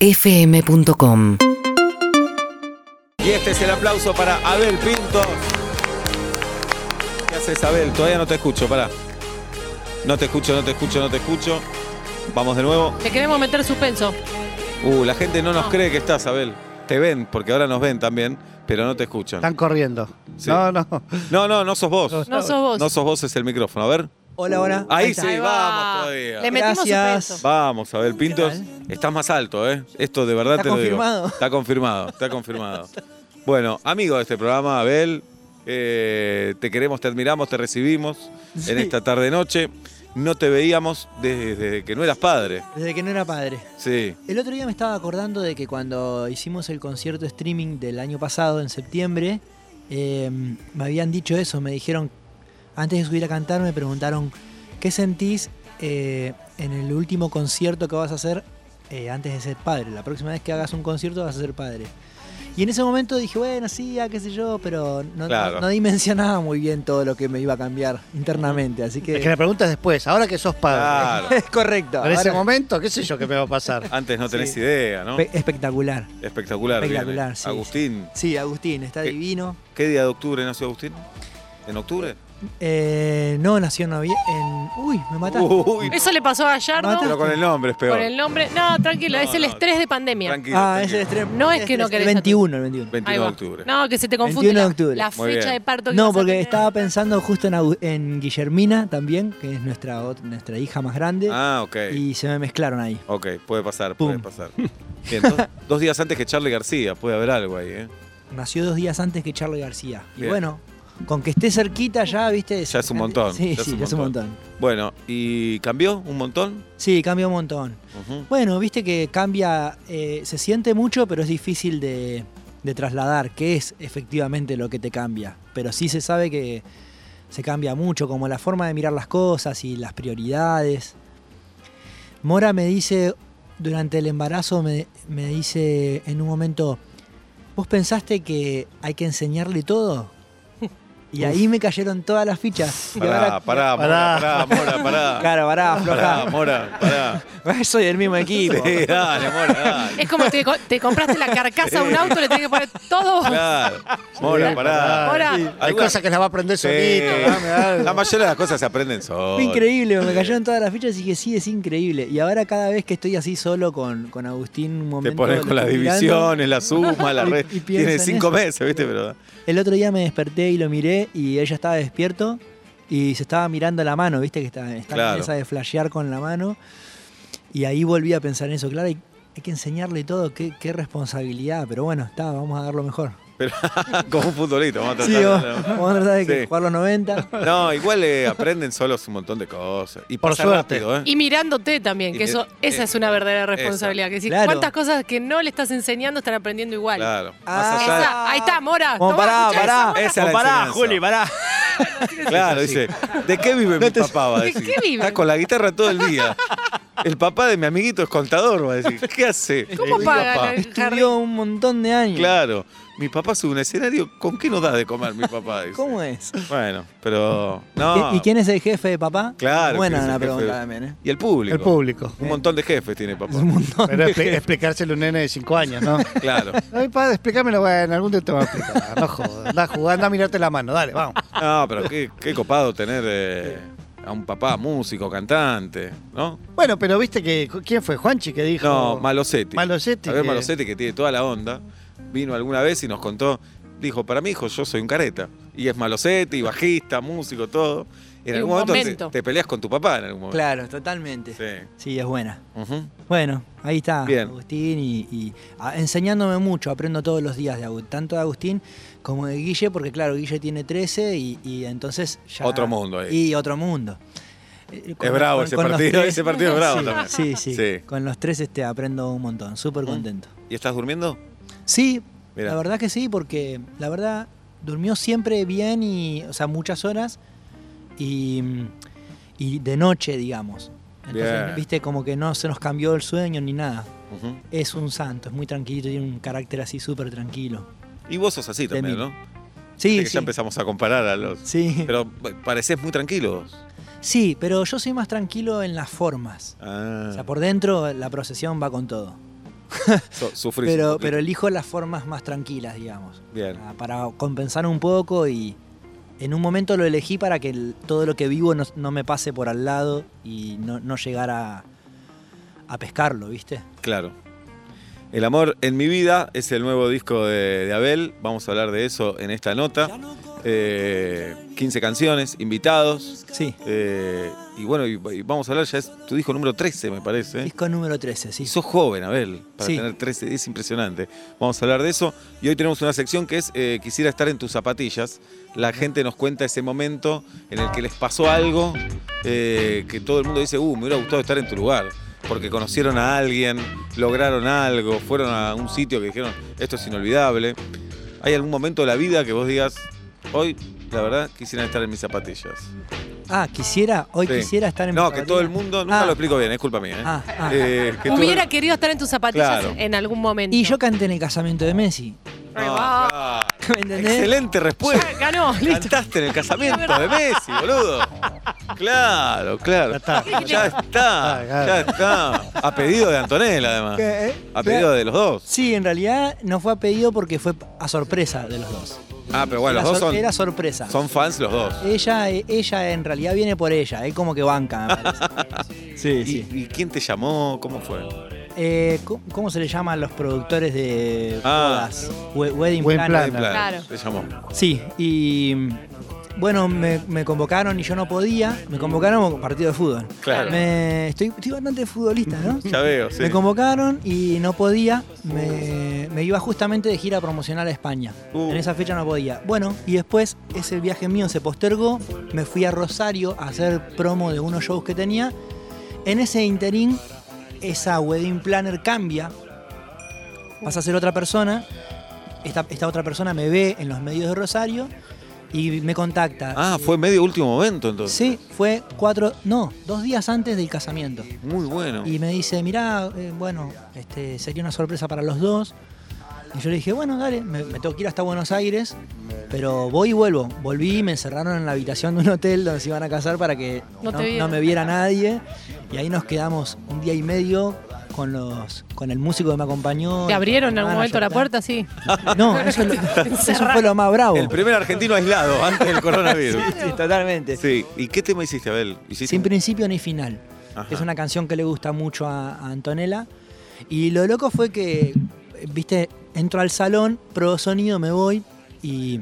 UrbanaPlayFM.com Y este es el aplauso para Abel Pintos. ¿Qué haces, Abel? Todavía no te escucho, pará. No te escucho, no te escucho, no te escucho. Vamos de nuevo. Te queremos meter suspenso. Uh, la gente no nos No. cree que estás, Abel. Te ven, porque ahora nos ven también, pero no te escuchan. Están corriendo. Sí. No, no. No, no, no sos vos. No sos vos. No sos vos, es el micrófono. A ver. Hola, hola. Ahí está. sí, va. vamos todavía. Le metimos Gracias. suspenso. Vamos, Abel Pintos. Estás más alto, ¿eh? Esto de verdad Está te lo digo. confirmado. Está confirmado, está confirmado. Bueno, amigo de este programa, Abel, eh, te queremos, te admiramos, te recibimos en esta tarde-noche. No te veíamos desde, desde que no eras padre. Desde que no era padre. Sí. El otro día me estaba acordando de que cuando hicimos el concierto streaming del año pasado, en septiembre, eh, me habían dicho eso. Me dijeron, antes de subir a cantar, me preguntaron, ¿qué sentís eh, en el último concierto que vas a hacer eh, antes de ser padre? La próxima vez que hagas un concierto vas a ser padre. Y en ese momento dije, bueno, sí, ah, qué sé yo, pero no, no- Claro. no dimensionaba muy bien todo lo que me iba a cambiar internamente. Así que... Es que la pregunta es después. Ahora que sos padre. Claro. Es correcto. En ese ahora- momento, qué sé yo qué me va a pasar. Antes no tenés idea, ¿no? Espe- Espectacular. Espectacular. viene. espectacular, sí, Agustín, Sí, Agustín, está ¿Qué? divino. ¿qué día de octubre nació Agustín? ¿En octubre? Eh, no nació en novie- en. Uy, me mataste. Uy, Eso le pasó a pero Gallardo con el nombre es peor. con el nombre. No, tranquilo, No, es el no. estrés de pandemia. Tranquilo. ah, es tranquilo. el extremo. No es que no El querés a tu- 21, el 21. 21 de octubre. No, que se te confunde 21 de la, octubre. la Muy bien. fecha de parto. que No, vas a porque tener. estaba pensando justo en, Agu- en Guillermina también, que es nuestra, ot- nuestra hija más grande. Ah, ok. Y se me mezclaron ahí. Ok, puede pasar, puede Pum. pasar. Bien, dos, dos días antes que Charlie García, puede haber algo ahí, ¿eh? Nació dos días antes que Charlie García. Y Bien. bueno, con que esté cerquita ya, viste. Ya es un montón, Sí, ya es sí, un ya es un montón. montón. Bueno, ¿y cambió un montón? Sí, cambia un montón. Ujú. Bueno, viste que cambia, eh, se siente mucho, pero es difícil de, de trasladar qué es efectivamente lo que te cambia. Pero sí se sabe que se cambia mucho, como la forma de mirar las cosas y las prioridades. Mora me dice, durante el embarazo, me, me dice en un momento, ¿vos pensaste que hay que enseñarle todo? Y ahí me cayeron todas las fichas. Y Pará, ahora- pará, Mora, pará, Mora, pará. Claro, pará, Pará, aflojá. Mora, pará. Soy del mismo equipo. Sí, dale, Mora, dale. Es como te, co- te compraste la carcasa a un auto, le tenés que poner todo. Claro. Mora, Sí, pará. Ahora- Sí. Hay Alguna- cosas que las va a aprender Sí. solito. dame algo. La mayoría de las cosas se aprenden Fue solas. increíble, me cayeron todas las fichas y dije, sí, es increíble. Y ahora cada vez que estoy así solo con, con Agustín, un momento... Te pones lo con las estoy mirando. divisiones, la suma, la Y- red. y pienso Tiene en cinco eso. meses, ¿viste? Pero El otro día me desperté y lo miré y ella estaba despierto y se estaba mirando la mano, viste que está, está Claro. en esa de flashear con la mano. Y ahí volví a pensar en eso, claro, hay, hay que enseñarle todo, qué, qué responsabilidad, pero bueno, está, vamos a dar lo mejor. como un futbolista, vamos a Sí, tratar vamos, de- vamos a tratar de que Sí. jugar los 90. No, igual eh, aprenden solos un montón de cosas. Y Por pasa suerte. rápido, ¿eh? Y mirándote también, Y- que eso, eh, esa es una verdadera responsabilidad. Que decís, Claro. cuántas cosas que no le estás enseñando están aprendiendo igual. Claro. Más Ah. allá de- Esa- ahí está, Mora. Como Tomá, pará, escuchá pará, eso, Esa es la Como, pará, enseñanza. Juli, pará. Claro, dice, ¿de qué vive mi papá? Va a ¿De decir. qué vive? Está con la guitarra todo el día. El papá de mi amiguito es contador, va a decir. ¿Qué hace? ¿Cómo Mi pagan papá. el- Estudió un montón de años. Claro. Mi papá sube un escenario, ¿con qué nos da de comer mi papá? Dice. ¿Cómo es? Bueno, pero... No. ¿Y, y quién es el jefe de papá? Claro, Buena ¿quién es la el jefe? pregunta también, ¿eh? Y el público. El público. Un montón de jefes tiene papá. Pero expli- explicárselo a un nene de 5 años, ¿no? Claro. Ay, padre, explícamelo, bueno, algún día te va a explicar. No jodas. Anda a jugar, anda a mirarte la mano, dale, vamos. No, pero qué, qué copado tener eh, a un papá músico, cantante, ¿no? Bueno, pero viste que. ¿Quién fue? Juanchi que dijo. No, Malosetti. Malosetti, A ver, que- Malosetti, que tiene toda la onda, vino alguna vez y nos contó, dijo, para mi hijo yo soy un careta. Y es Malosetti, bajista, músico, todo. Y en Y algún un momento, te- momento. Te, peleas con tu papá en algún momento. Claro, totalmente. Sí. Sí. es buena. Ujú. Bueno, ahí está Bien. Agustín y, y, ah, enseñándome mucho, aprendo todos los días de Agustín, tanto de Agustín como de Guille, porque claro, Guille tiene 13 y, y entonces ya... Otro mundo ahí. Y otro mundo. Eh, con- Es bravo con- ese con los partido, tres- ese partido es bravo sí, también. Sí, sí, Sí. Mm. Con los tres este, aprendo un montón, súper contento. ¿Y estás durmiendo? Sí, Mirá. la verdad que sí, porque la verdad durmió siempre bien y, o sea, muchas horas y, mm, y de noche, digamos. Entonces, Bien. viste, como que no se nos cambió el sueño ni nada. Ujú. Es un santo, es muy tranquilo, tiene un carácter así súper tranquilo. Y vos sos así también, mí. ¿no? Viste Sí, que sí. ya empezamos a comparar a los... Sí. Pero pareces muy tranquilo vos. Sí, pero yo soy más tranquilo en las formas. Ah, O sea, por dentro la procesión va con todo. so- sufrís un Pero, poquito. pero elijo las formas más tranquilas, digamos. Bien. Ah, Para compensar un poco y en un momento lo elegí para que el- todo lo que vivo no, no me pase por al lado y no, no llegara a pescarlo, ¿viste? Claro. El amor en mi vida es el nuevo disco de, de Abel. Vamos a hablar de eso en esta nota. Eh, 15 canciones, invitados. Sí. eh, y bueno, y, y vamos a hablar, ya es tu disco número 13, me parece. Disco número 13, sí. Y sos joven, Abel, para Sí. tener 13, es impresionante. Vamos a hablar de eso. Y hoy tenemos una sección que es eh, Quisiera estar en tus zapatillas. La gente nos cuenta ese momento en el que les pasó algo eh, que todo el mundo dice, uh, me hubiera gustado estar en tu lugar. Porque conocieron a alguien, lograron algo, fueron a un sitio que dijeron, esto es inolvidable. ¿Hay algún momento de la vida que vos digas, hoy, la verdad, quisiera estar en mis zapatillas? Ah, quisiera, hoy Sí. quisiera estar en No, mis que zapatillas. todo el mundo, nunca Ah. lo explico bien, es culpa mía. ¿eh? Ah, ah. Eh, que todo el- Hubiera querido estar en tus zapatillas Claro. en algún momento. Y yo canté en el casamiento de Messi. Ahí No, va. Ah, claro. ¿Me entendés? Excelente respuesta. Ya, Ah, ganó, listo. Cantaste en el casamiento de Messi, boludo. Claro, claro. Ya está. Ya está, ya está. A pedido de Antonella, además. ¿Qué? A pedido de los dos. eh? Sí, en realidad no fue a pedido porque fue a sorpresa de los dos. Ah, pero bueno, era, los dos sor- son, era sorpresa. son fans los dos. Ella, e, ella en realidad viene por ella, es como que banca. me parece. sí, ¿Y, sí. y quién te llamó? ¿Cómo fue? Eh, ¿cómo, cómo se le llaman los productores de Ah. bodas? We- wedding Buen planner. plan. Claro. Te llamó. Sí, y mm, bueno, me, me convocaron y yo no podía. Me convocaron como partido de fútbol. Claro. Me- estoy, estoy bastante futbolista, ¿no? Ya veo, sí. Me convocaron y no podía. Me, me iba justamente de gira promocional a España. Uh. En esa fecha no podía. Bueno, y después ese viaje mío se postergó. Me fui a Rosario a hacer promo de unos shows que tenía. En ese interín, esa wedding planner cambia. Pasa a ser otra persona. Esta, esta otra persona me ve en los medios de Rosario y me contacta. Ah, fue medio último momento entonces. Sí, fue cuatro, no, dos días antes del casamiento. Muy bueno. Y me dice, mirá, eh, bueno, este, sería una sorpresa para los dos. Y yo le dije, bueno, dale, me, me tengo que ir hasta Buenos Aires, pero voy y vuelvo. Volví, me encerraron en la habitación de un hotel donde se iban a casar para que No no, te vieran. no me viera nadie. Y ahí nos quedamos un día y medio con los con el músico que me acompañó. ¿Te abrieron en con el algún momento la manager, puerta? Sí. tal. No, eso, es lo- eso fue lo más bravo. El primer argentino aislado antes del coronavirus. Sí, totalmente. Sí. ¿Y qué tema hiciste, Abel? ¿Hiciste? Sin principio ni final. Ajá. que es una canción que le gusta mucho a, a Antonella. Y lo loco fue que, viste, entro al salón, pro sonido, me voy y,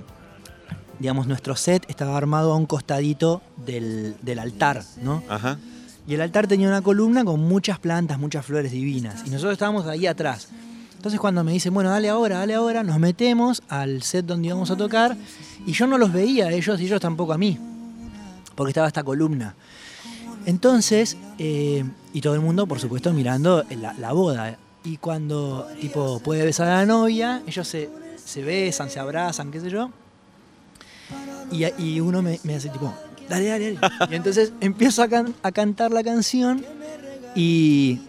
digamos, nuestro set estaba armado a un costadito del, del altar, ¿no? Ajá. Y el altar tenía una columna con muchas plantas, muchas flores divinas. Y nosotros estábamos ahí atrás. Entonces cuando me dicen, bueno, dale ahora, dale ahora, nos metemos al set donde íbamos a tocar. Y yo no los veía a ellos y ellos tampoco a mí. Porque estaba esta columna. Entonces, eh, y todo el mundo, por supuesto, mirando la, la boda. Y cuando, tipo, puede besar a la novia, ellos se, se besan, se abrazan, qué sé yo. Y, y uno me, me hace tipo, dale, dale, dale. Y entonces empiezo a, can- a cantar la canción y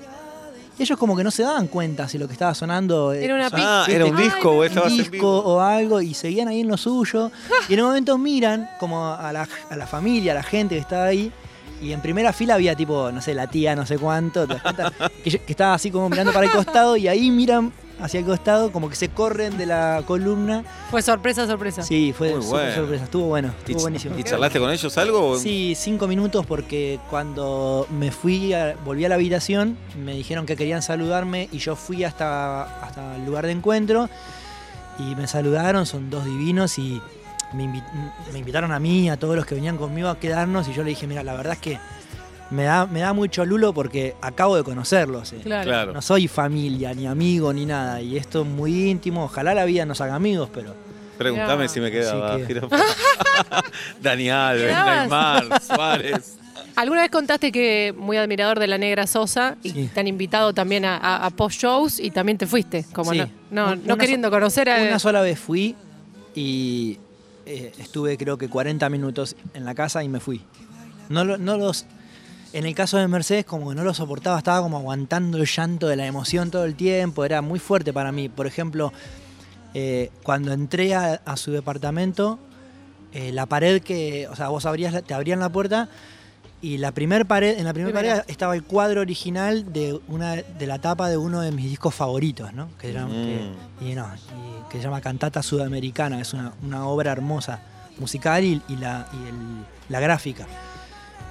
ellos como que no se daban cuenta si lo que estaba sonando eh, Era una son- Ah, ¿era un Ay, disco o un estabas en disco vivo? o algo y seguían ahí en lo suyo. Y en un momento miran como a la, a la familia, a la gente que estaba ahí. Y en primera fila había tipo, no sé, la tía, no sé cuánto, ¿te das cuenta? que, yo- que estaba así como mirando para el costado y ahí miran hacia el costado, como que se corren de la columna. Fue sorpresa, sorpresa. Sí, fue Muy súper bueno. sorpresa, estuvo bueno, ¿Y, estuvo buenísimo. y charlaste con ellos algo? o- Sí, cinco minutos porque cuando me fui, a- volví a la habitación, me dijeron que querían saludarme y yo fui hasta, hasta el lugar de encuentro y me saludaron, son dos divinos y me, invi- me invitaron a mí, a todos los que venían conmigo a quedarnos y yo le dije, mira, la verdad es que me da, me da mucho lulo porque acabo de conocerlos. eh. Claro. Claro. No soy familia, ni amigo, ni nada. Y esto es muy íntimo. Ojalá la vida nos haga amigos, pero Preguntame Mirá. si me quedaba. Así que- Jirafa. Dani Alves, Quedabas. Neymar, Suárez. Alguna vez contaste que muy admirador de la Negra Sosa y Sí. te han invitado también a, a- a post-shows y también te fuiste. Como Sí. no, no, Un- no una queriendo so- conocer a. Una sola vez fui y eh, estuve creo que 40 minutos en la casa y me fui. No, lo- no los... En el caso de Mercedes como que no lo soportaba, estaba como aguantando el llanto de la emoción todo el tiempo, era muy fuerte para mí. Por ejemplo, eh, cuando entré a, a su departamento, eh, la pared que, o sea, vos abrías, la- te abrían la puerta Y la primer pared, en la primera Primera. pared estaba el cuadro original de una de la tapa de uno de mis discos favoritos, ¿no? Que, se llama- que- y no, y- que se llama Cantata Sudamericana, es una, una obra hermosa, musical y, y la, y el- la gráfica.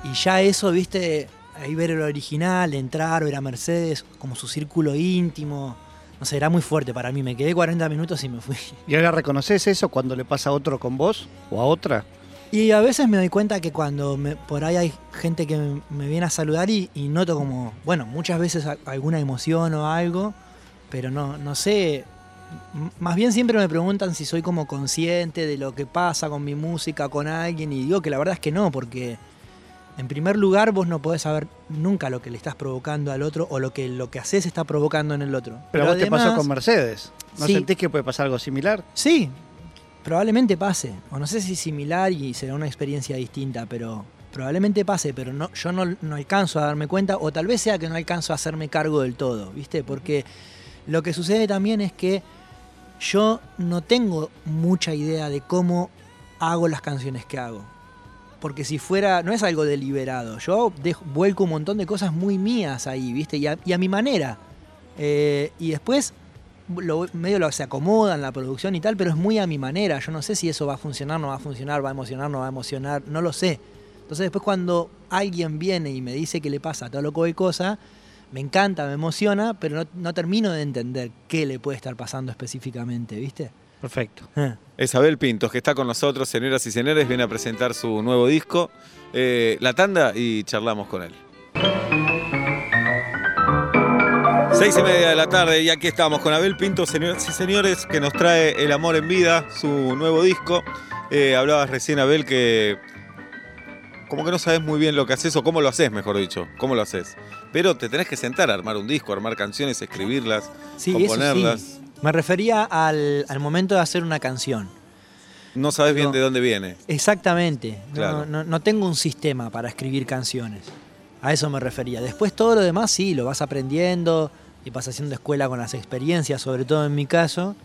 Y ya eso, viste, ahí ver el original, entrar, ver a Mercedes, como su círculo íntimo, no sé, era muy fuerte para mí, me quedé 40 minutos y me fui. ¿Y ahora reconoces eso cuando le pasa a otro con vos o a otra? Y a veces me doy cuenta que cuando me- por ahí hay gente que me, me viene a saludar y, y noto como, bueno, muchas veces a- alguna emoción o algo, pero no, no sé. M- Más bien siempre me preguntan si soy como consciente de lo que pasa con mi música, con alguien, y digo que la verdad es que no, porque en primer lugar vos no podés saber nunca lo que le estás provocando al otro o lo que lo que haces está provocando en el otro. Pero, a vos te pasó además- con Mercedes. ¿No Sí. sentís que puede pasar algo similar? Sí, probablemente pase. O no sé si similar y será una experiencia distinta, pero probablemente pase, pero no, yo no, no alcanzo a darme cuenta, o tal vez sea que no alcanzo a hacerme cargo del todo, ¿viste? Porque lo que sucede también es que yo no tengo mucha idea de cómo hago las canciones que hago. Porque si fuera, no es algo deliberado, yo dejo- vuelco un montón de cosas muy mías ahí, ¿viste? Y a, y a mi manera. Eh, y después lo- medio lo, se acomoda en la producción y tal, pero es muy a mi manera. Yo no sé si eso va a funcionar, no va a funcionar, va a emocionar, no va a emocionar, no lo sé. Entonces después cuando alguien viene y me dice que le pasa a tal o cual cosa, me encanta, me emociona, pero no, no termino de entender qué le puede estar pasando específicamente, ¿viste? Perfecto. Eh. Es Abel Pintos, que está con nosotros, señoras y señores, viene a presentar su nuevo disco, eh, La Tanda, y charlamos con él. Seis y media de la tarde y aquí estamos con Abel Pintos, señoras y señores, que nos trae El Amor en Vida, su nuevo disco. Eh, hablabas recién, Abel, que como que no sabes muy bien lo que haces o cómo lo haces, mejor dicho, cómo lo haces. Pero te tenés que sentar a armar un disco, armar canciones, escribirlas, Sí, eso sí. componerlas. Me refería al, al momento de hacer una canción. No sabes bien No. de dónde viene. Exactamente. No- Claro. No, no tengo un sistema para escribir canciones. A eso me refería. Después todo lo demás sí, lo vas aprendiendo y vas haciendo escuela con las experiencias, sobre todo en mi caso.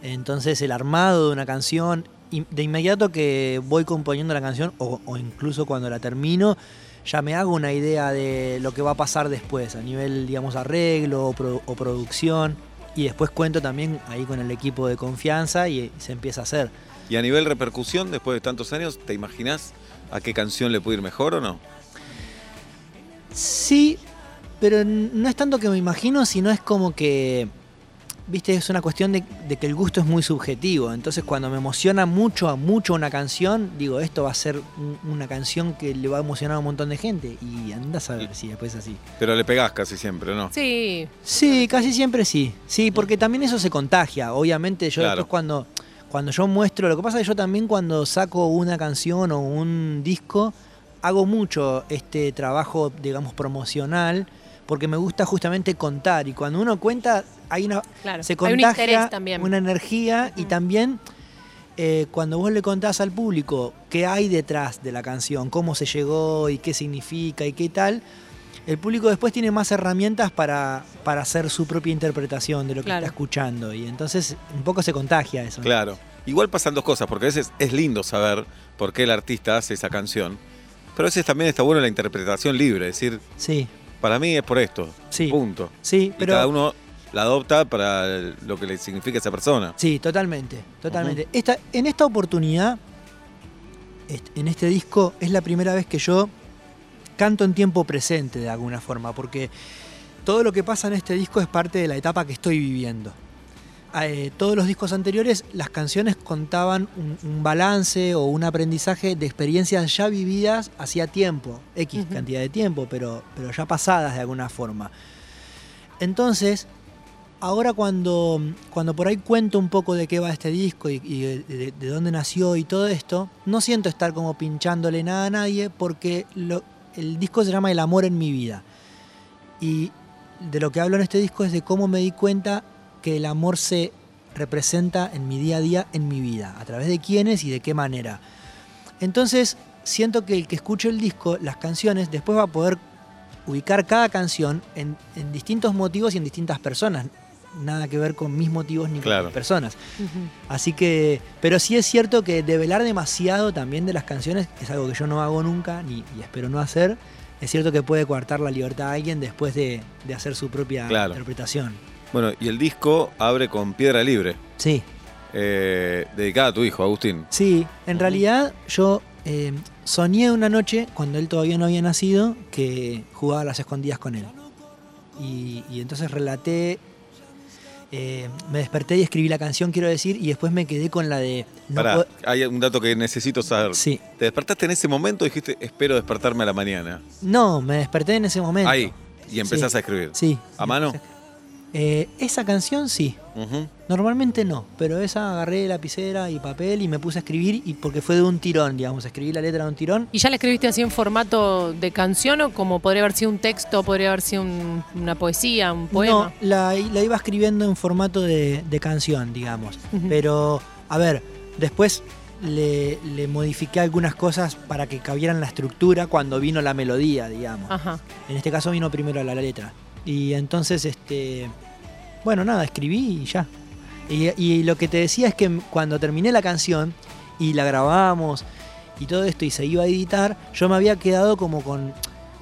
Entonces el armado de una canción, y de inmediato que voy componiendo la canción o, o incluso cuando la termino, ya me hago una idea de lo que va a pasar después a nivel, digamos, arreglo o, pro- o producción. Y después cuento también ahí con el equipo de confianza y se empieza a hacer. Y a nivel repercusión, después de tantos años, ¿te imaginás a qué canción le puede ir mejor o no? Sí, pero n- no es tanto que me imagino, sino es como que, viste, es una cuestión de, de que el gusto es muy subjetivo. Entonces cuando me emociona mucho, a mucho una canción, digo, esto va a ser un- una canción que le va a emocionar a un montón de gente. Y andás a ver si después es así. Pero le pegás casi siempre, ¿no? Sí, Sí, casi siempre sí. Sí, porque también eso se contagia. Obviamente yo Claro. después cuando, cuando yo muestro, lo que pasa es que yo también cuando saco una canción o un disco, hago mucho este trabajo, digamos, promocional, porque me gusta justamente contar. Y cuando uno cuenta, hay una, claro. se Hay un contagia interés también. una energía y Ujú. también eh, cuando vos le contás al público qué hay detrás de la canción, cómo se llegó y qué significa y qué tal, el público después tiene más herramientas para, para hacer su propia interpretación de lo que Claro. está escuchando y entonces un poco se contagia eso. ¿no? Claro. Igual pasan dos cosas, porque a veces es lindo saber por qué el artista hace esa canción, pero a veces también está bueno la interpretación libre, es decir, Sí, para mí es por esto, sí, punto. sí, Y pero... cada uno la adopta para el- lo que le significa a esa persona. Sí, totalmente, totalmente. Esta- en esta oportunidad, est- en este disco, es la primera vez que yo canto en tiempo presente de alguna forma, porque todo lo que pasa en este disco es parte de la etapa que estoy viviendo. Eh, todos los discos anteriores, las canciones contaban un, un balance o un aprendizaje de experiencias ya vividas hacía tiempo, X Ujú. cantidad de tiempo, pero, pero ya pasadas de alguna forma. Entonces, ahora cuando, cuando por ahí cuento un poco de qué va este disco y, y de, de- de dónde nació y todo esto, no siento estar como pinchándole nada a nadie porque lo- el disco se llama El amor en mi vida. Y de lo que hablo en este disco es de cómo me di cuenta que el amor se representa en mi día a día, en mi vida, a través de quiénes y de qué manera. Entonces, siento que el que escuche el disco, las canciones, después va a poder ubicar cada canción en, en distintos motivos y en distintas personas. nada que ver con mis motivos ni con Claro. mis personas. Así que, pero sí es cierto que develar demasiado también de las canciones es algo que yo no hago nunca ni, y espero no hacer. Es cierto que puede coartar la libertad a alguien después de, de hacer su propia Claro. interpretación. Bueno, y el disco abre con Piedra Libre, Sí, eh, dedicada a tu hijo, Agustín. sí. En realidad yo eh, soñé una noche, cuando él todavía no había nacido, que jugaba a las escondidas con él. Y, y entonces relaté, eh, me desperté y escribí la canción, quiero decir, y después me quedé con la de... no Pará, puedo- hay un dato que necesito saber. sí. ¿Te despertaste en ese momento o dijiste, espero despertarme a la mañana? No, me desperté en ese momento. Ahí, y empezás a escribir. Sí. ¿A mano? Eh, esa canción sí. Ujú. Normalmente no, pero esa agarré lapicera y papel y me puse a escribir y porque fue de un tirón, digamos, escribí la letra de un tirón. ¿Y ya la escribiste así en formato de canción o como podría haber sido un texto, podría haber sido un- una poesía, un poema? No, la, la iba escribiendo en formato de, de canción, digamos. Ujú. Pero, a ver, después le, le modifiqué algunas cosas para que cabieran la estructura cuando vino la melodía, digamos. Ajá. En este caso vino primero la letra. Y entonces, este. Bueno, nada, escribí y ya. Y, y lo que te decía es que m- cuando terminé la canción y la grabamos y todo esto y se iba a editar, yo me había quedado como con,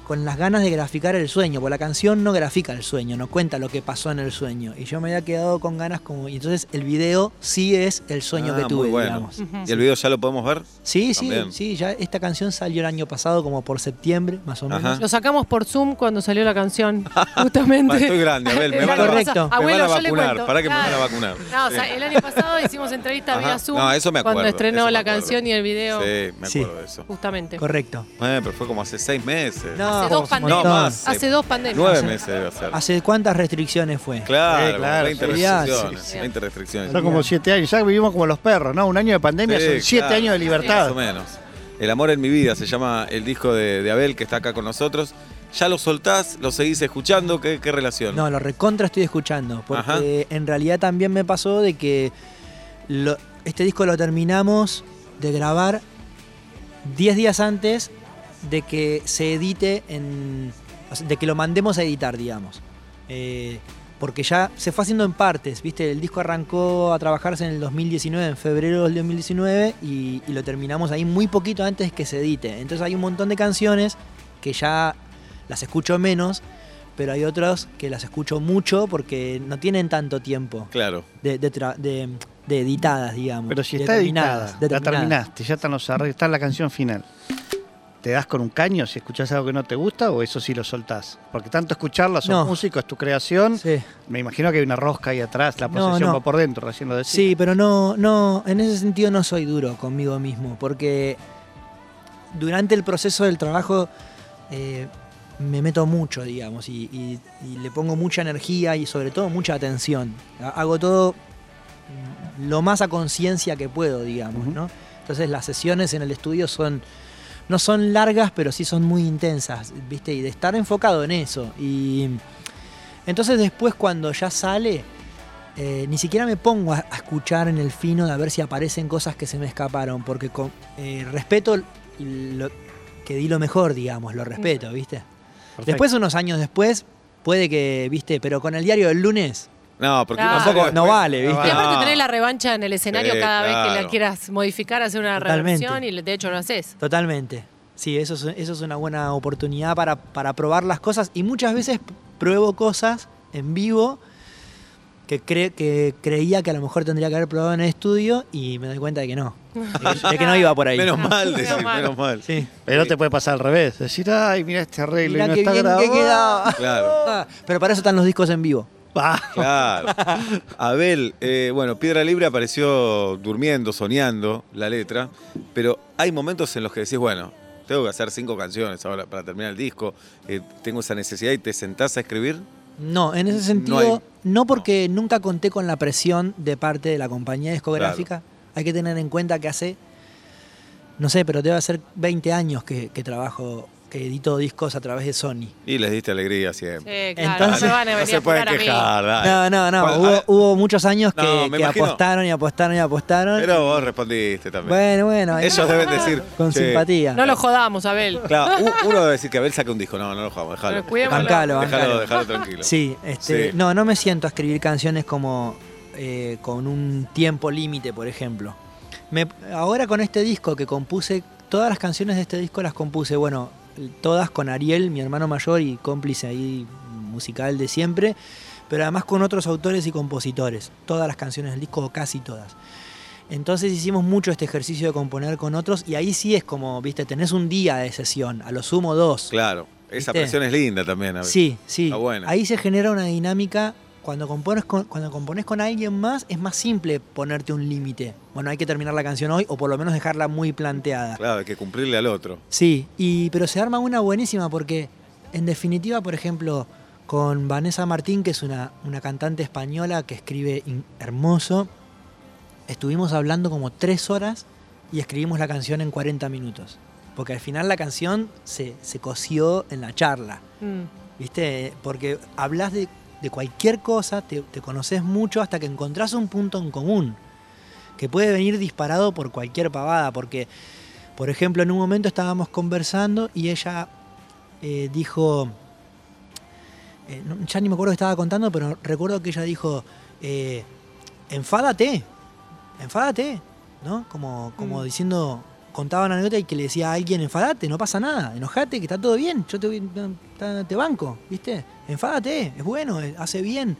con las ganas de graficar el sueño, porque la canción no grafica el sueño, no cuenta lo que pasó en el sueño. Y yo me había quedado con ganas como... Y entonces el video sí es el sueño Ah, que muy tuve, bueno. digamos. Ujú. ¿Y el video ya lo podemos ver? Sí, sí, También. sí, ya esta canción salió el año pasado como por septiembre, más o Ajá. menos. Lo sacamos por Zoom cuando salió la canción, justamente. Ah, estoy grande, Abel, me El van a, año Correcto. me pasado. van Abuelo, a yo le vacunar. cuento. Pará que me Claro. van a vacunar. No, o sea, Sí. el año pasado hicimos entrevista Ajá. vía Zoom. No, eso me acuerdo, Cuando estrenó eso me la acuerdo. canción y el video. Sí, me acuerdo Sí. de eso. Justamente. Correcto. Eh, pero fue como hace seis meses. No, Hace dos un montón. pandemias. No, más. Hace dos pandemias. Nueve hace- meses debe ser. ¿Hace cuántas restricciones fue? Claro, Sí, claro, 20 sí. restricciones. Sí, sí. 20 restricciones. Son como siete años. Ya vivimos como los perros, ¿no? Un año de pandemia Sí, son siete claro, años de libertad. Más o menos. El amor en mi vida se llama el disco de, de Abel que está acá con nosotros. ¿Ya lo soltás? ¿Lo seguís escuchando? ¿Qué, qué relación? No, lo recontra estoy escuchando. Ajá. Porque en realidad también me pasó de que lo- este disco lo terminamos de grabar 10 días antes de que se edite en. o sea, de que lo mandemos a editar, digamos. Eh, porque ya se fue haciendo en partes, ¿viste? El disco arrancó a trabajarse en el 2019, en febrero del 2019, y, y lo terminamos ahí muy poquito antes que se edite. Entonces hay un montón de canciones que ya las escucho menos, pero hay otras que las escucho mucho porque no tienen tanto tiempo Claro. de, de tra- de- de editadas, digamos. Pero si de está terminadas, editada, de la terminadas. terminaste, ya están los arreglos, está la canción final. ¿Te das con un caño si escuchás algo que no te gusta o eso sí lo soltás? Porque tanto escucharla, sos No. músico, es tu creación. Sí. Me imagino que hay una rosca ahí atrás, la No, posesión no. va por dentro, recién lo decís. Sí, pero no, no, en ese sentido no soy duro conmigo mismo, porque durante el proceso del trabajo eh, me meto mucho, digamos, y, y- y le pongo mucha energía y sobre todo mucha atención. Ha- Hago todo mm, lo más a conciencia que puedo, digamos, Ujú. ¿no? Entonces las sesiones en el estudio son no son largas, pero sí son muy intensas, ¿viste? Y de estar enfocado en eso. Y entonces después cuando ya sale, eh, ni siquiera me pongo a, a escuchar en el fino de a ver si aparecen cosas que se me escaparon, porque con, eh, respeto lo, que di lo mejor, digamos, lo respeto, ¿viste? Perfecto. Después, unos años después, puede que, ¿viste? Pero con el diario del lunes No, porque Claro. tampoco. no vale, no ¿viste? Y aparte Ah. tenés la revancha en el escenario Sí, cada vez que claro. la quieras modificar, hacer una Totalmente. reversión y de hecho lo haces. Totalmente. Sí, eso es, eso es una buena oportunidad para, para probar las cosas. Y muchas veces p- pruebo cosas en vivo que, cre- que creía que a lo mejor tendría que haber probado en el estudio y me doy cuenta de que no. De que, de que no iba por ahí. Menos mal, Menos decir, mal. menos mal. Sí. Pero te puede pasar al revés. Decir, ay, mira este arreglo Mirá y no qué está bien que grabado. quedaba. Claro, Ah, Pero para eso están los discos en vivo. Ah, claro. Abel, eh, bueno, Piedra Libre apareció durmiendo, soñando la letra, pero hay momentos en los que decís, bueno, tengo que hacer cinco canciones ahora para terminar el disco, eh, tengo esa necesidad y te sentás a escribir. No, en ese sentido, hay- no, porque nunca conté con la presión de parte de la compañía discográfica. Hay que tener en cuenta que hace, no sé, pero debe hacer 20 años que, que trabajo que edito discos a través de Sony. Y les diste alegría siempre. Sí, claro, Entonces- no me van a no venir se a pueden jugar a mí. quejar, dale. No, no, no. Cuando- hubo, ah, hubo muchos años que, No, me que imagino. apostaron y apostaron y apostaron. Pero vos respondiste también. bueno, bueno. ahí- Ellos deben decir. Con "Che, simpatía. No lo jodamos, Abel. Claro, u- uno debe decir que Abel saque un disco. No, no lo jugamos, déjalo. Pero cuidémoslo. Bancalo, Déjalo, bancalo. déjalo tranquilo. Sí, este, Sí. no, no me siento a escribir canciones como eh, con un tiempo límite, por ejemplo. Me- ahora con este disco que compuse, todas las canciones de este disco las compuse, bueno, todas con Ariel, mi hermano mayor y cómplice ahí musical de siempre, pero además con otros autores y compositores, todas las canciones del disco, o casi todas. Entonces hicimos mucho este ejercicio de componer con otros y ahí sí es como, viste, tenés un día de sesión, a lo sumo dos. Claro. Esa ¿Viste? presión es linda también, Abel. Sí, sí. Está bueno. Ahí se genera una dinámica. Cuando compones con, cuando compones con alguien más, es más simple ponerte un límite. Bueno, hay que terminar la canción hoy o por lo menos dejarla muy planteada. Claro, hay que cumplirle al otro. Sí, y, pero se arma una buenísima porque, en definitiva, por ejemplo, con Vanessa Martín, que es una, una cantante española que escribe in- hermoso, estuvimos hablando como tres horas y escribimos la canción en 40 minutos. Porque al final la canción se, se coció en la charla. Mm. ¿Viste? Porque hablas de, de cualquier cosa, te, te conoces mucho hasta que encontrás un punto en común. Que puede venir disparado por cualquier pavada. Porque, por ejemplo, en un momento estábamos conversando y ella eh, dijo. eh, no- ya ni me acuerdo que estaba contando, pero recuerdo que ella dijo: eh, Enfádate, enfádate, ¿no? Como, como Mm. diciendo. Contaba una anécdota y que le decía a alguien: Enfádate, no pasa nada, enojate, que está todo bien, yo te, voy- ta- te banco, ¿viste? Enfádate, es bueno, eh, hace bien.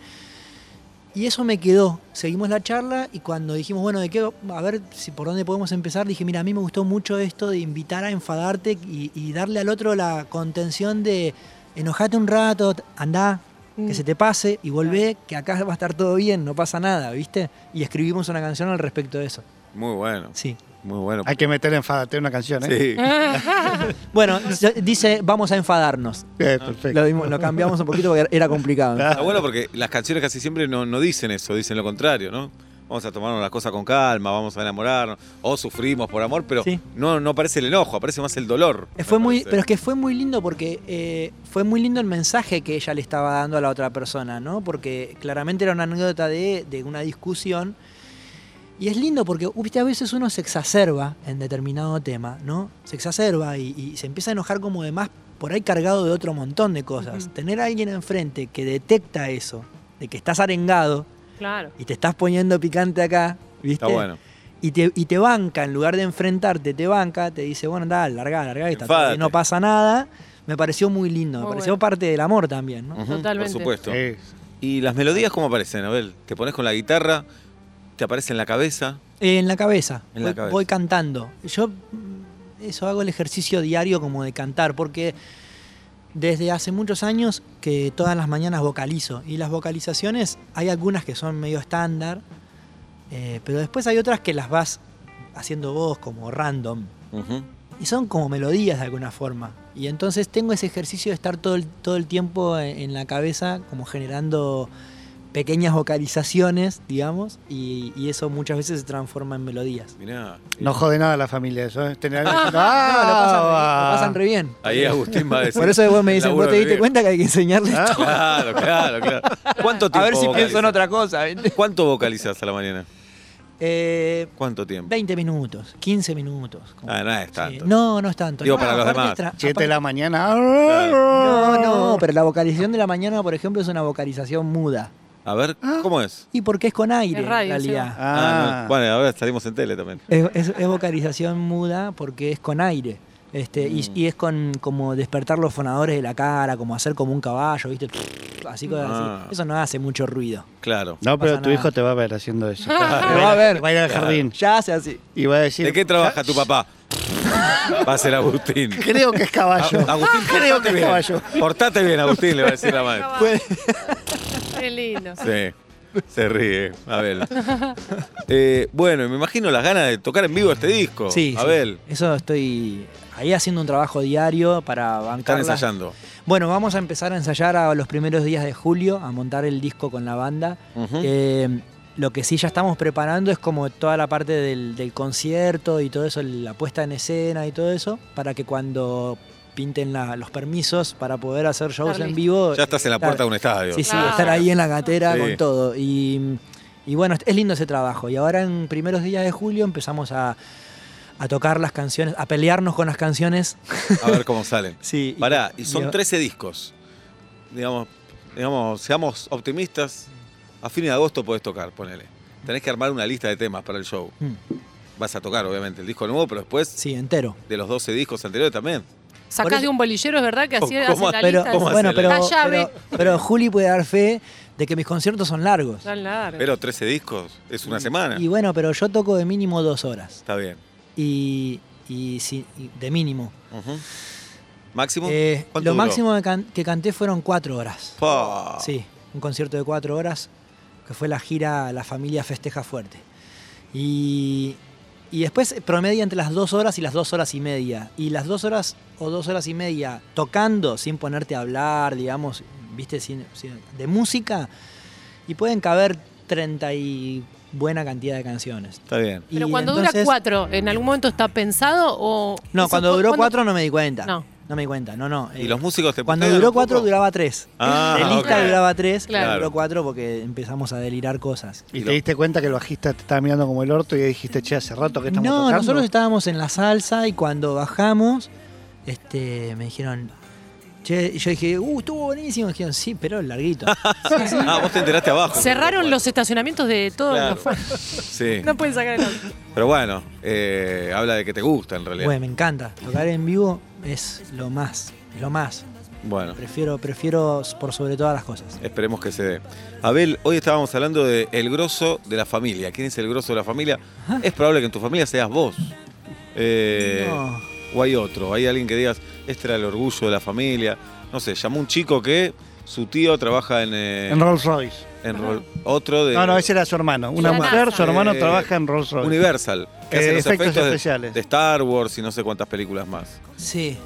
Y eso me quedó. Seguimos la charla y cuando dijimos, bueno, de qué, a ver si por dónde podemos empezar, dije, mira, a mí me gustó mucho esto de invitar a enfadarte y, y darle al otro la contención de enojate un rato, t- andá, Mm. que se te pase y volvé, que acá va a estar todo bien, no pasa nada, ¿viste? Y escribimos una canción al respecto de eso. Muy bueno, Sí. muy bueno. Hay que meter enfadate una canción, ¿eh? Sí. Bueno, se- dice, vamos a enfadarnos. Eh, Ah, perfecto. Lo, dimos- lo cambiamos un poquito porque era complicado. Está bueno porque las canciones casi siempre no, no dicen eso, dicen lo contrario, ¿no? Vamos a tomarnos las cosas con calma, vamos a enamorarnos, o sufrimos por amor, pero Sí. no, no aparece el enojo, aparece más el dolor. Eh, Fue me muy, parece. pero es que fue muy lindo porque eh, fue muy lindo el mensaje que ella le estaba dando a la otra persona, ¿no? Porque claramente era una anécdota de, de una discusión. Y es lindo porque, uh, viste, a veces uno se exacerba en determinado tema, ¿no? Se exacerba y, y se empieza a enojar como de más, por ahí cargado de otro montón de cosas. Ujú. Tener a alguien enfrente que detecta eso, de que estás arengado Claro. y te estás poniendo picante acá, ¿viste? Está bueno. y te, y te banca, en lugar de enfrentarte, te banca, te dice, bueno, da, largá, largá, que está todo Enfádate. bien, no pasa nada. Me pareció muy lindo, me Muy pareció bueno. parte del amor también, ¿no? Ujú, Totalmente. Por supuesto. Sí. ¿Y las melodías cómo aparecen, Abel? ¿Te pones con la guitarra? ¿Te aparece en la cabeza? Eh, en la cabeza, En la voy, cabeza. voy cantando. Yo mm, eso hago el ejercicio diario como de cantar, porque desde hace muchos años que todas las mañanas vocalizo. Y las vocalizaciones hay algunas que son medio estándar, eh, pero después hay otras que las vas haciendo vos como random. Ujú. Y son como melodías de alguna forma. Y entonces tengo ese ejercicio de estar todo el, todo el tiempo en, en la cabeza, como generando pequeñas vocalizaciones, digamos, y, y eso muchas veces se transforma en melodías. Mirá. No jode nada la familia eso, ¿eh? Tener alguien diciendo, Ah, No, lo pasan, re- lo "Ah, pasan re bien. Ahí Agustín va a decir. Por eso después me el dicen, laburo Ah. vos te de diste vivir". cuenta que hay que enseñarle esto? Claro, claro, claro. ¿Cuánto A tiempo ver si vocalizas? pienso en otra cosa. ¿viste? ¿Cuánto vocalizas a la mañana? Eh, ¿Cuánto tiempo? 20 minutos, 15 minutos. como- Ah, no es Sí. tanto. No, no es tanto. Digo, No, para los aparte demás. es tra- Siete de la mañana. Ah. No, no, pero la vocalización de la mañana, por ejemplo, es una vocalización muda. A ver, Ah. ¿cómo es? Y porque es con aire, Es radio, en realidad. Ah, Ah, no. Bueno, ahora salimos en tele también. Es, es- es vocalización muda porque es con aire. Este, y, Mm. y es con como despertar los fonadores de la cara, como hacer como un caballo, ¿viste? Así, cosas así. Ah. Eso no hace mucho ruido. Claro. No, pero pasa tu nada. hijo te va a ver haciendo eso. Te Te va a ver. Va a ir al jardín Ya hace así. y va a decir. ¿De qué trabaja tu papá? Va a ser Agustín. Creo que es caballo. A- Agustín, creo portate que es bien. caballo. Portate bien, Agustín, le va a decir la madre. Qué lindo. Sí. Se ríe, Abel. Eh, bueno, y me imagino las ganas de tocar en vivo este disco. Sí, sí. Abel, Eso estoy ahí haciendo un trabajo diario para están bancar. ensayando. Bueno, vamos a empezar a ensayar a los primeros días de julio, a montar el disco con la banda. Ujú. Eh, lo que sí ya estamos preparando es como toda la parte del, del concierto y todo eso, la puesta en escena y todo eso, para que cuando pinten la- los permisos para poder hacer shows Estar en listo. vivo. Ya estás en la puerta de Claro. un estadio. Ah. Sí, sí, Claro. estar ahí en la gatera Sí. con todo. Y, y bueno, es lindo ese trabajo. Y ahora en primeros días de julio empezamos a, a tocar las canciones, a pelearnos con las canciones. A ver cómo salen. Sí. y- Pará, y son y- 13 discos. Digamos, digamos, seamos optimistas. A fin de agosto podés tocar, ponele. Tenés que armar una lista de temas para el show. Mm, Vas a tocar, obviamente, el disco nuevo, pero después Sí, entero. de los 12 discos anteriores también. Por eso- Sacás de un bolillero, es verdad que así ¿Cómo- hacen la Pero, lista. ¿cómo bueno, hacerla? pero, La llave. pero, pero Juli puede dar fe de que mis conciertos son largos. Tan largo. Pero 13 discos es una semana. Y bueno, pero yo toco de mínimo dos horas. Está bien. Y, y sí, y de mínimo. Ujú. Máximo. Eh, ¿Cuánto lo duró? máximo que, can- que canté fueron cuatro horas. Pa. Sí, un concierto de cuatro horas, que fue la gira La Familia Festeja Fuerte. Y, y después eh, promedia entre las dos horas y las dos horas y media. Y las dos horas o dos horas y media tocando, sin ponerte a hablar, digamos, viste, sin- sin- de música. Y pueden caber 30 y buena cantidad de canciones. Está bien. Pero Y cuando dura entonces- cuatro, ¿en algún momento está pensado o.? No, eso cuando fue- duró ¿cuándo- cuatro no me di cuenta. No. No. me di cuenta, no, no. ¿Y Eh, los músicos te Cuando putean duró un poco? cuatro, duraba tres. Ah, de lista ok. duraba tres, Claro. duró cuatro porque empezamos a delirar cosas. Y, Y te lo- diste cuenta que el bajista te estaba mirando como el orto y dijiste, che, hace rato que estamos no, tocando. nosotros estábamos en la salsa y cuando bajamos, este, me dijeron, che, y yo dije, uh, estuvo buenísimo. Me dijeron, sí, pero larguito. Ah, vos te enteraste abajo. Cerraron los estacionamientos de todos Claro. los fans. Sí. No pueden sacar el auto. Pero bueno, eh, habla de que te gusta en realidad. bueno, me encanta. Tocar en vivo es lo más, es lo más. bueno. Prefiero, prefiero por sobre todas las cosas. Esperemos que se dé. Abel, hoy estábamos hablando de el grosso de la familia. ¿Quién es el grosso de la familia? Ah. Es probable que en tu familia seas vos. Eh, No. O hay otro, hay alguien que digas, este era el orgullo de la familia. No sé, llamó un chico que su tío trabaja en... eh, En Rolls Royce. en Roll- otro de... No, no, ese era su hermano. Una La mujer, NASA. su hermano Eh, trabaja en Rolls Royce. Universal, que Eh, hace los efectos efectos, de- especiales. de Star Wars y no sé cuántas películas más. Sí,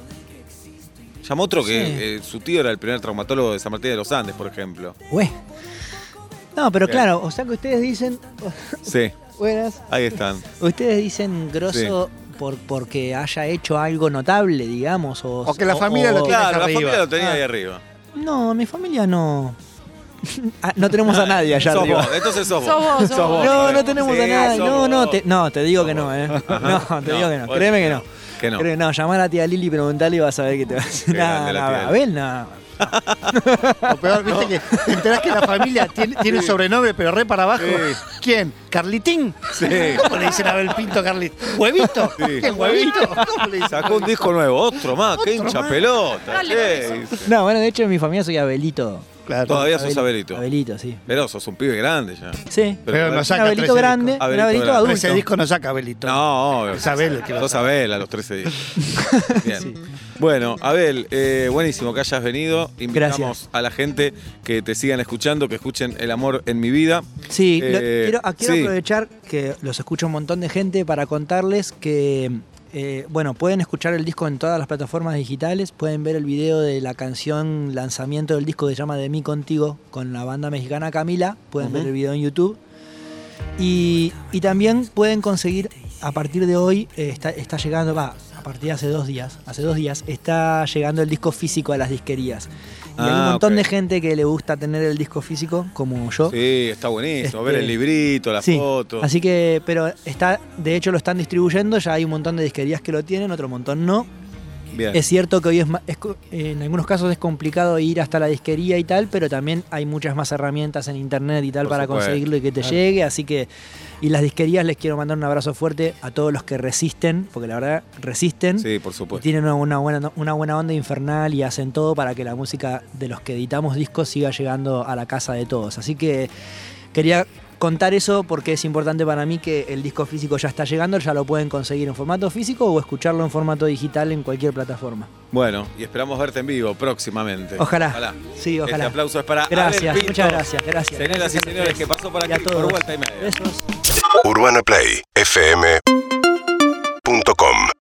Llamó otro que Sí. eh, su tío era el primer traumatólogo de San Martín de los Andes, por ejemplo. güey. No, pero Bien. claro, o sea que ustedes dicen, Sí, buenas, ahí están. ustedes dicen grosso por, porque haya hecho algo notable, digamos. O, O que la familia lo o- tiene Claro, la arriba. familia lo tenía Ah. ahí arriba. No, mi familia no. Ah, no tenemos a nadie allá Sos arriba. vos, entonces sos vos. Sos vos, sos vos. No, no Abel. tenemos Sí, a nadie. sos No, vos. no, te, no, te digo que no, ¿eh? Ajá. No, te digo que no. vos Créeme que no. Que no. Créeme, no, llamar a la tía Lili y preguntarle y vas a ver que te va a decir. Qué No, grande la no, tía Abel, no. Lo peor, viste que te enterás que la familia tiene, tiene un sobrenombre, pero re para abajo. Sí. ¿Quién? ¿Carlitín? Sí. ¿Cómo le dicen a Abel Pinto Carlitín? ¿Huevito? Sí. ¿Qué huevito? ¿Cómo le dicen? Sacó un disco nuevo, otro más, qué hincha pelota. Dale, che. No, bueno, de hecho en mi familia soy Abelito. Claro. Todavía sos Abelito. Abelito, sí. Pero sos un pibe grande ya. Sí. Pero no Un saca Abelito 13 grande, Abelito discos. un Abelito grande. Pero Ese adulto. disco no saca Abelito. No, obvio. Es Abel el que lo Sos saca. Abel a los 13 días. Bien. Bueno, Abel, eh, buenísimo que hayas venido. Invitamos Gracias. a la gente que te sigan escuchando, que escuchen El amor en mi vida. Sí, lo- Eh, quiero, ah, quiero sí. aprovechar que los escucha un montón de gente para contarles que, eh, bueno, pueden escuchar el disco en todas las plataformas digitales, pueden ver el video de la canción lanzamiento del disco que se llama De mí contigo con la banda mexicana Camila, pueden ver Ujú. el video en YouTube. Y, y también pueden conseguir, a partir de hoy, eh, está, está llegando, va, a partir de hace dos días, hace dos días, está llegando el disco físico a las disquerías. Y hay Ah, un montón ok. de gente que le gusta tener el disco físico, como yo. Sí, está buenísimo. Ver Este, el librito, las Sí, fotos. Así que, pero está, de hecho lo están distribuyendo, ya hay un montón de disquerías que lo tienen, otro montón no. Bien. Es cierto que hoy es, ma- es co- en algunos casos es complicado ir hasta la disquería y tal, pero también hay muchas más herramientas en internet y tal Por para supuesto. conseguirlo y que te llegue, así que y las disquerías les quiero mandar un abrazo fuerte a todos los que resisten, porque la verdad resisten. sí, por y supuesto. Tienen una- una buena, una buena onda infernal y hacen todo para que la música de los que editamos discos siga llegando a la casa de todos. Así que quería contar eso porque es importante para mí que el disco físico ya está llegando, ya lo pueden conseguir en formato físico o escucharlo en formato digital en cualquier plataforma. Bueno, y esperamos verte en vivo próximamente. Ojalá. Sí, Este ojalá. aplauso es para Abel Gracias, Pinto. muchas gracias, gracias. Señoras y señores, que pasó por Y a aquí todos. por vuelta y media. Besos. Urbana Play fm.com